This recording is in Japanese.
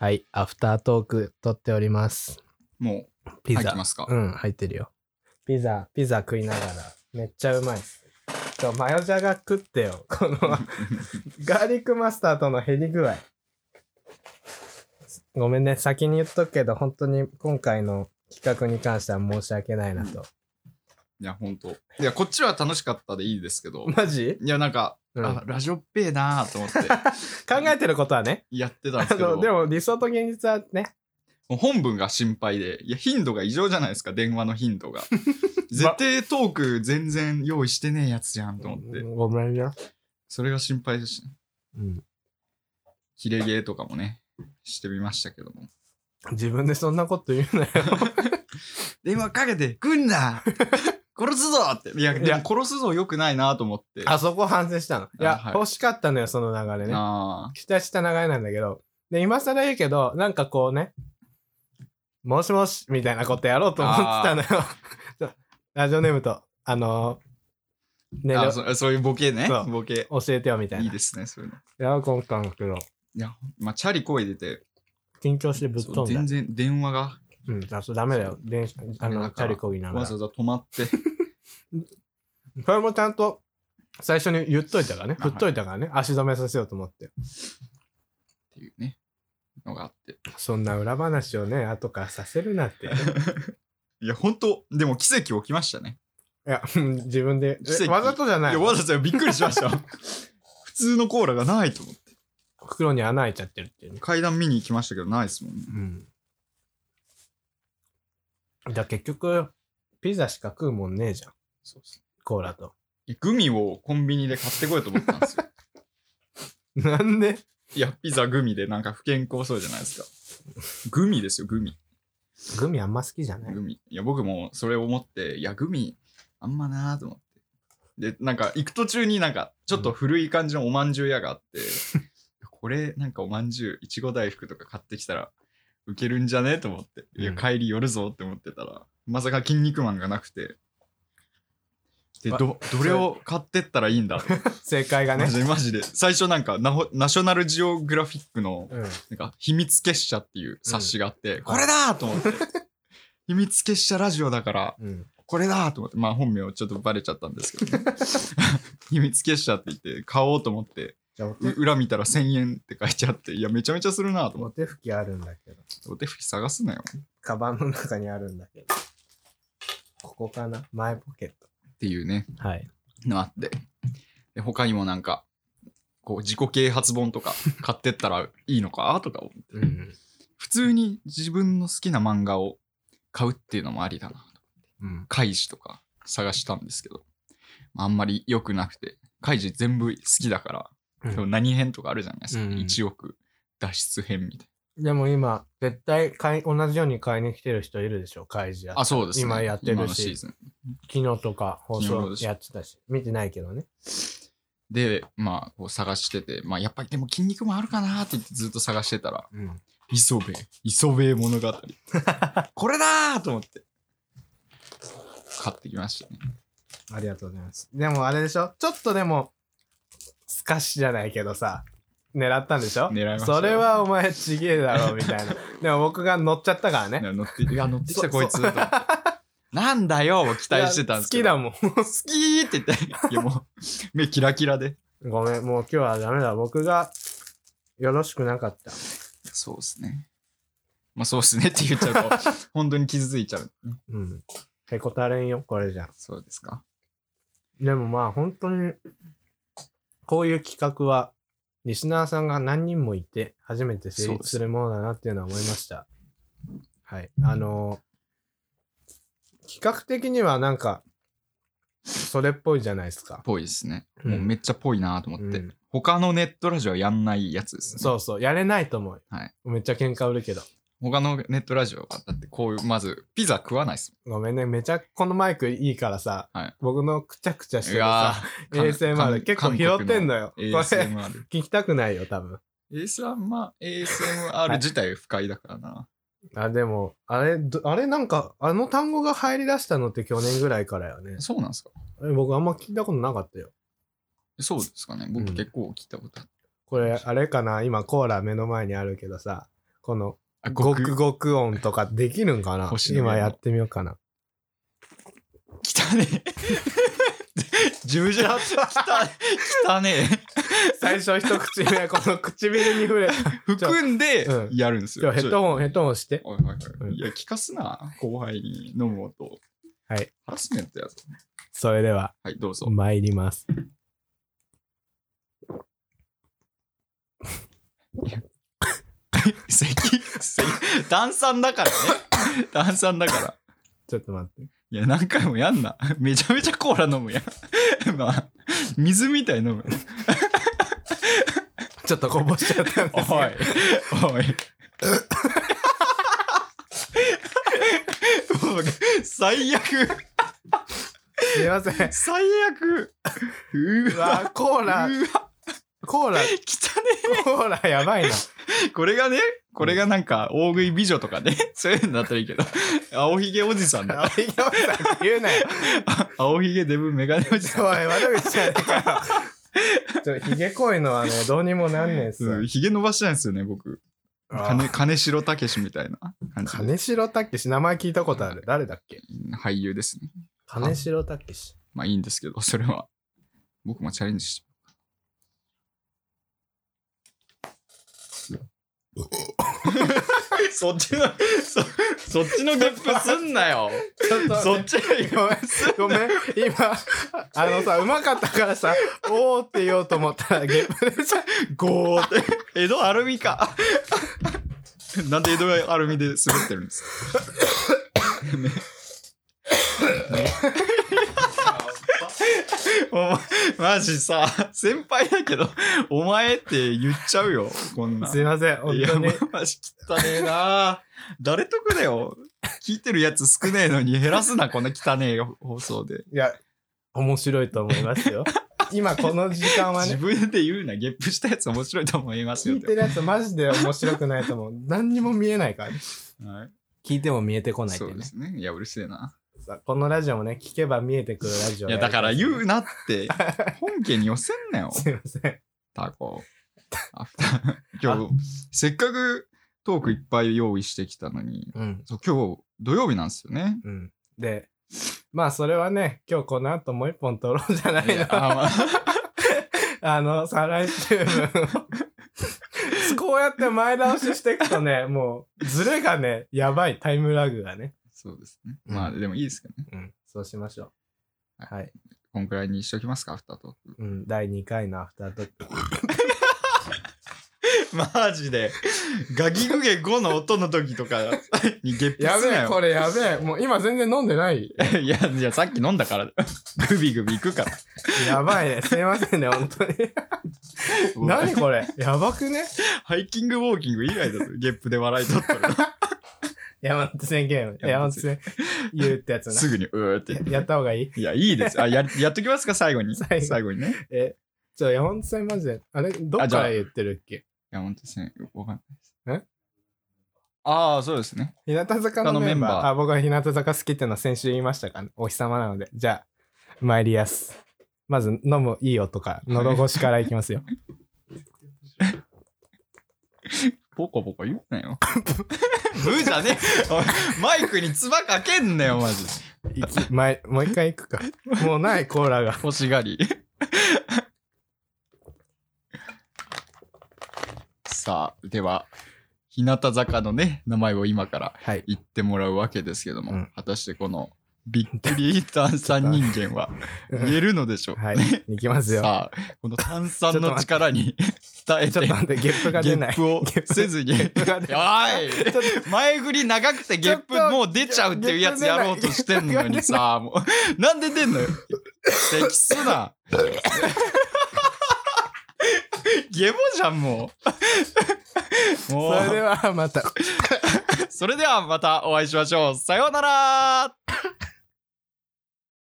はい、アフタートーク撮っております。もうピザ。入ってますかうん、入ってるよ。ピザ、ピザ食いながら、めっちゃうまい。ちょ、マヨジャガ食ってよ。 このガーリックマスターとの減り具合。ごめんね、先に言っとくけど、本当に今回の企画に関しては申し訳ないなと。いや、ほんと。いや、こっちは楽しかったでいいですけど、マジ、いや、なんか、うん、あ考ラジオっぺえなーと 思ってえてることはね。やってたんであすけど、の、でも理想と現実はね、もう本文が心配で、いや、頻度が異常じゃないですか、電話の 頻度が。絶対トーク全然用意してねえやつじゃんと思って、ごめんよ。それが心配でした。うんヒレゲーとかもね、してみましたけども。自分でそんなこと言うなよ。電話かけて、来 んな殺すぞって。いや、でも殺すぞよくないなと思って。あそこ反省したの。いや、はい欲しかったのよ、その流れね。あ期待した流れなんだけど。で、今更言うけど、なんかこうね、もしもし、みたいなことやろうと思ってたのよ。 ちょラジオネームと、あのー、ーね、ありょそ、そういうボケねそ。うボケ。教えてよ、みたいな。いいですね、そういうの。いや、今回のけど、いや、まあ、チャリ声出て、緊張してぶっそう飛ん全だ。然電話がうん、あそうダメだよ。電車、あダメの、だチかャらリこぎながわら。ざそわざ止まって、れもちゃんと、最初に言っといたからね。あは振いっといたからね。足止めさせようと思って。っていうね、のがあって。そんな裏話をね、後からさせるなって。いや、本当でも奇跡起きましたね。いや、うん自分で。奇え跡わざとじゃいないや、の。わざとびっくりしました。 普通のコーラがないと思って。袋に穴開いちゃってるっていうね。階段見に行きましたけど、ないですもんね。うん。じゃあ結局、ピザしか食うもんねえじゃん。そうですコーラと。ね。グミをコンビニで買ってこようと思ったんですよ。なんでいや、ピザグミでなんか不健康そうじゃないですか。グミですよ、グミ。グミあんま好きじゃないグミ。いや、僕もそれを思って、いや、グミ、あんまなーと思って。で、なんか、行く途中になんか、ちょっと古い感じのおまんじゅう屋が あって、これ、なんかおまんじゅう、いちご大福とか買ってきたら、ウケるんじゃねと思って。いや、うん帰り寄るぞって思ってたら、まさか筋肉マンがなくて。で、あど、どれを買ってったらいいんだと。正解がねマ。ジで、マジで。最初なんかナホ、ナショナルジオグラフィックの、うん。なんか、秘密結社っていう冊子があって、こはいれだーと思って。秘密結社ラジオだから、うん。これだーと思って。まあ、本名ちょっとバレちゃったんですけどね。 秘密結社って言って、買おうと思って、じゃあおう手、裏見たら1000円って書いてあって、いや、めちゃめちゃするなーと思おっ手拭きあるんだけど。て。お手拭き探すなよ。カバンの中にあるんだけど。ここかな前ポケット。っていうね、はい。のあって。で他にもなんか、こう、自己啓発本とか買ってったらいいのかとか思って、うん。普通に自分の好きな漫画を買うっていうのもありだな。うん。カイジとか探したんですけど、まああんまり良くなくて、カイジ全部好きだから、うんでも何編とかあるじゃないですか。うん1億脱出編みたいでも今、絶対買い、同じように買いに来てる人いるでしょ、開示やな。あ、そうですね。今やってるし今のシーズン。昨日とか放昨送日ですやってたし、見てないけどね。で、まあ、こう探してて、まあ、やっぱりでも筋肉もあるかなって言ってずっと探してたら、うん。磯部、磯部物 語。これだーと思って、買ってきましたね。ありがとうございます。でもあれでしょちょっとでも、すかしじゃないけどさ、狙ったんでしょ狙いましたよそれはお前ちげえだろ、みたい な。でも僕が乗っちゃったからね。いや乗って、いや、乗ってきそたこいつ。と思って なんだよ、期待してたんですけいど。や好きだ好きーって言って、いやもう、目キラキラで。もん。ごめん、もう今日はダメだ。僕が、よろしくなかった。そうですね。まあそうですねって言っちゃうと、本当に傷ついちゃう。うん。へこたれんよ、これじゃ。そうですか。でもまあ、本当に、こういう企画は、リスナーさんが何人もいて、初めて成そうで立すするものだなっていうのは思いました。はい。あのー企画的にはなんか、それっぽいじゃないですか。ぽいですね。うんもうめっちゃぽいなと思って、うん他のネットラジオはやんないやつですね。そうそう、やれないと思う。はいめっちゃ喧嘩売るけど。他のネットラジオは、だってこういう、まず、ピザ食わないですごめんね、めちゃこのマイクいいからさ、はい僕のくちゃくちゃしてもん。るさ、ー ASMR 結構拾ってんのよ。よ。これ、 ASMR。聞きたくないよ、多分。 ASMR, い ASMR 自体不快だからな。あ、でも、あれ、どあれなんか、あの単語が入り出したのって去年ぐらいからよね。そうなんですかえ僕あんま聞いたことなかったよ。そうですかね。僕うん結構聞いたことある。これ、あれかな今コーラ目の前にあるけどさ、このあ、ごくごく音とかできるんかな星野今源のやってみよう かな。 きたね。十字だ。きたね。最初一口目、この唇に触れた。含んでうんやるんでじすゃよ。あヘッ ちょドホン、ヘッドホンして。おいおいおうんいいや、聞かすな。後輩に飲む音。はい。ハラスメントやぞ。それでは、はい、どうぞ。参ります。咳咳炭酸だ からね。炭酸だから。ちょっと待って。いや、何回もやんな。めちゃめちゃコーラ飲むやん。まあ、水みたいに飲む。ちょっとこぼしちゃ ったんおでいすけど。、 おい。もう最悪、すいません。最悪。ううわ、わ、コーうラわ、、コーラ、きたね。コーラやばい な。これがね、これがなんか、大食い美女とかね、 そういうのだったらいいけど、青ひげおじさんだ。青木さん言うなよ。青ひげデブメガネおじさん。おい、悪口じゃねえかよ。ちょ、ひげ濃いのはね、どうにもなんねえっすわうん、ひげ伸ばしてないんですよね、僕。あー金、金城武みたいな感じで。金城武名前聞いたことある。誰だっけ俳優ですね。金城武まあいいんですけど、 それは。僕もチャレンジし そっちの、そ、そっちのゲップすんな よ。ちょっとちのゲごめん、ごめん、今、あのさ、うまかったからさ、おーって言おうと思ったら、ゲップでさ、ゴーって。江戸アルミか。なんで江戸アルミで滑ってるんですかねねお前マジさ、先輩だけど、お前って言っちゃうよ、こんなん。すいません、本いや、当に。マジ汚ねえな誰得だよ。聞いてるやつ少ねえのに減らすな、こんな汚ねえ放送で。いや、面白いと思いますよ。今、この時間は自ね、分で言うな、ゲップしたやつ面白いと思いますよ聞っいてて。るやつ、マジで面白くないと思う。何にも見えないから。はい聞いても見えてこないっていそううでね。すね。いや、うるせえな。さあこのラジオもね、聞けば見えてくるラジオいや、だから言うう。なって、 本家に寄せんなよ、 すいません。タ コ。アフター今日、せっかくトークいっぱい用意してきたのに、うん。そう今日、土曜日なんですよね。うん。で、まあ、それはね、今日この後もう一本撮ろうじゃないいやの。あまあ あの、再来週 分をこうやって前倒ししていくとね、もう、ズレがね、やばい、タイムラグがね。 そうですね。まあ、でもいいですけどね。うん、そうしましょう。はい。こんくらいにしときますか、アフタートーうん、第2回のアフタートーク。ク。マジで、ガギグゲ5の音の時とか にゲップやすなべえ、こよ。れやべえ。もう今全然飲んでない。いや、いや、さっき飲んだ から、グビグビいくから。やばいね。すいませんね、本当に。何これやばくねハイキングウォーキング以来だぞ、ゲップで笑い取ったら。山手線ゲーム。山山手手線言うってやつすな。ぐに、うーって。やった方がいいいや、いいです。あ、や、やっときますか、最後に。最最後後にね。いえ、ちょ、山手線マジで。あれ、どっあじかゃあら言ってるっけや、本当ですね。わかんないです。えああ、そうですね。日向坂のメンバー他のメンバーあ僕は日向坂好きってのは先週言いましたか、ね、お日様なのでじゃあ参りやすまず飲むいい音から喉越しからいきます よポコポコ言うな よ。ブーじゃねえおい マイクに唾かけんなよ、マジ。いき前もう一回いくかもうないコーラが欲しがり。 さあ、では、日向坂のね、名前を今からはい言ってもらうわけですけども、うん果たしてこのびっくり炭酸人間は言えるので しょうかはね。いいきますよさあ、この炭酸の力に伝え ちょて、っとゲ待ってゲップが出ないップをせずゲに、ップが出おちょっい前振り長くてゲップもう出ちゃうっていうやつやろうとしてんのにさ、もう、なんで出んのよ。咳すな。ゲボじゃん、もう。ともそれでう、はまたそれではまたお会いしましょう。さようなら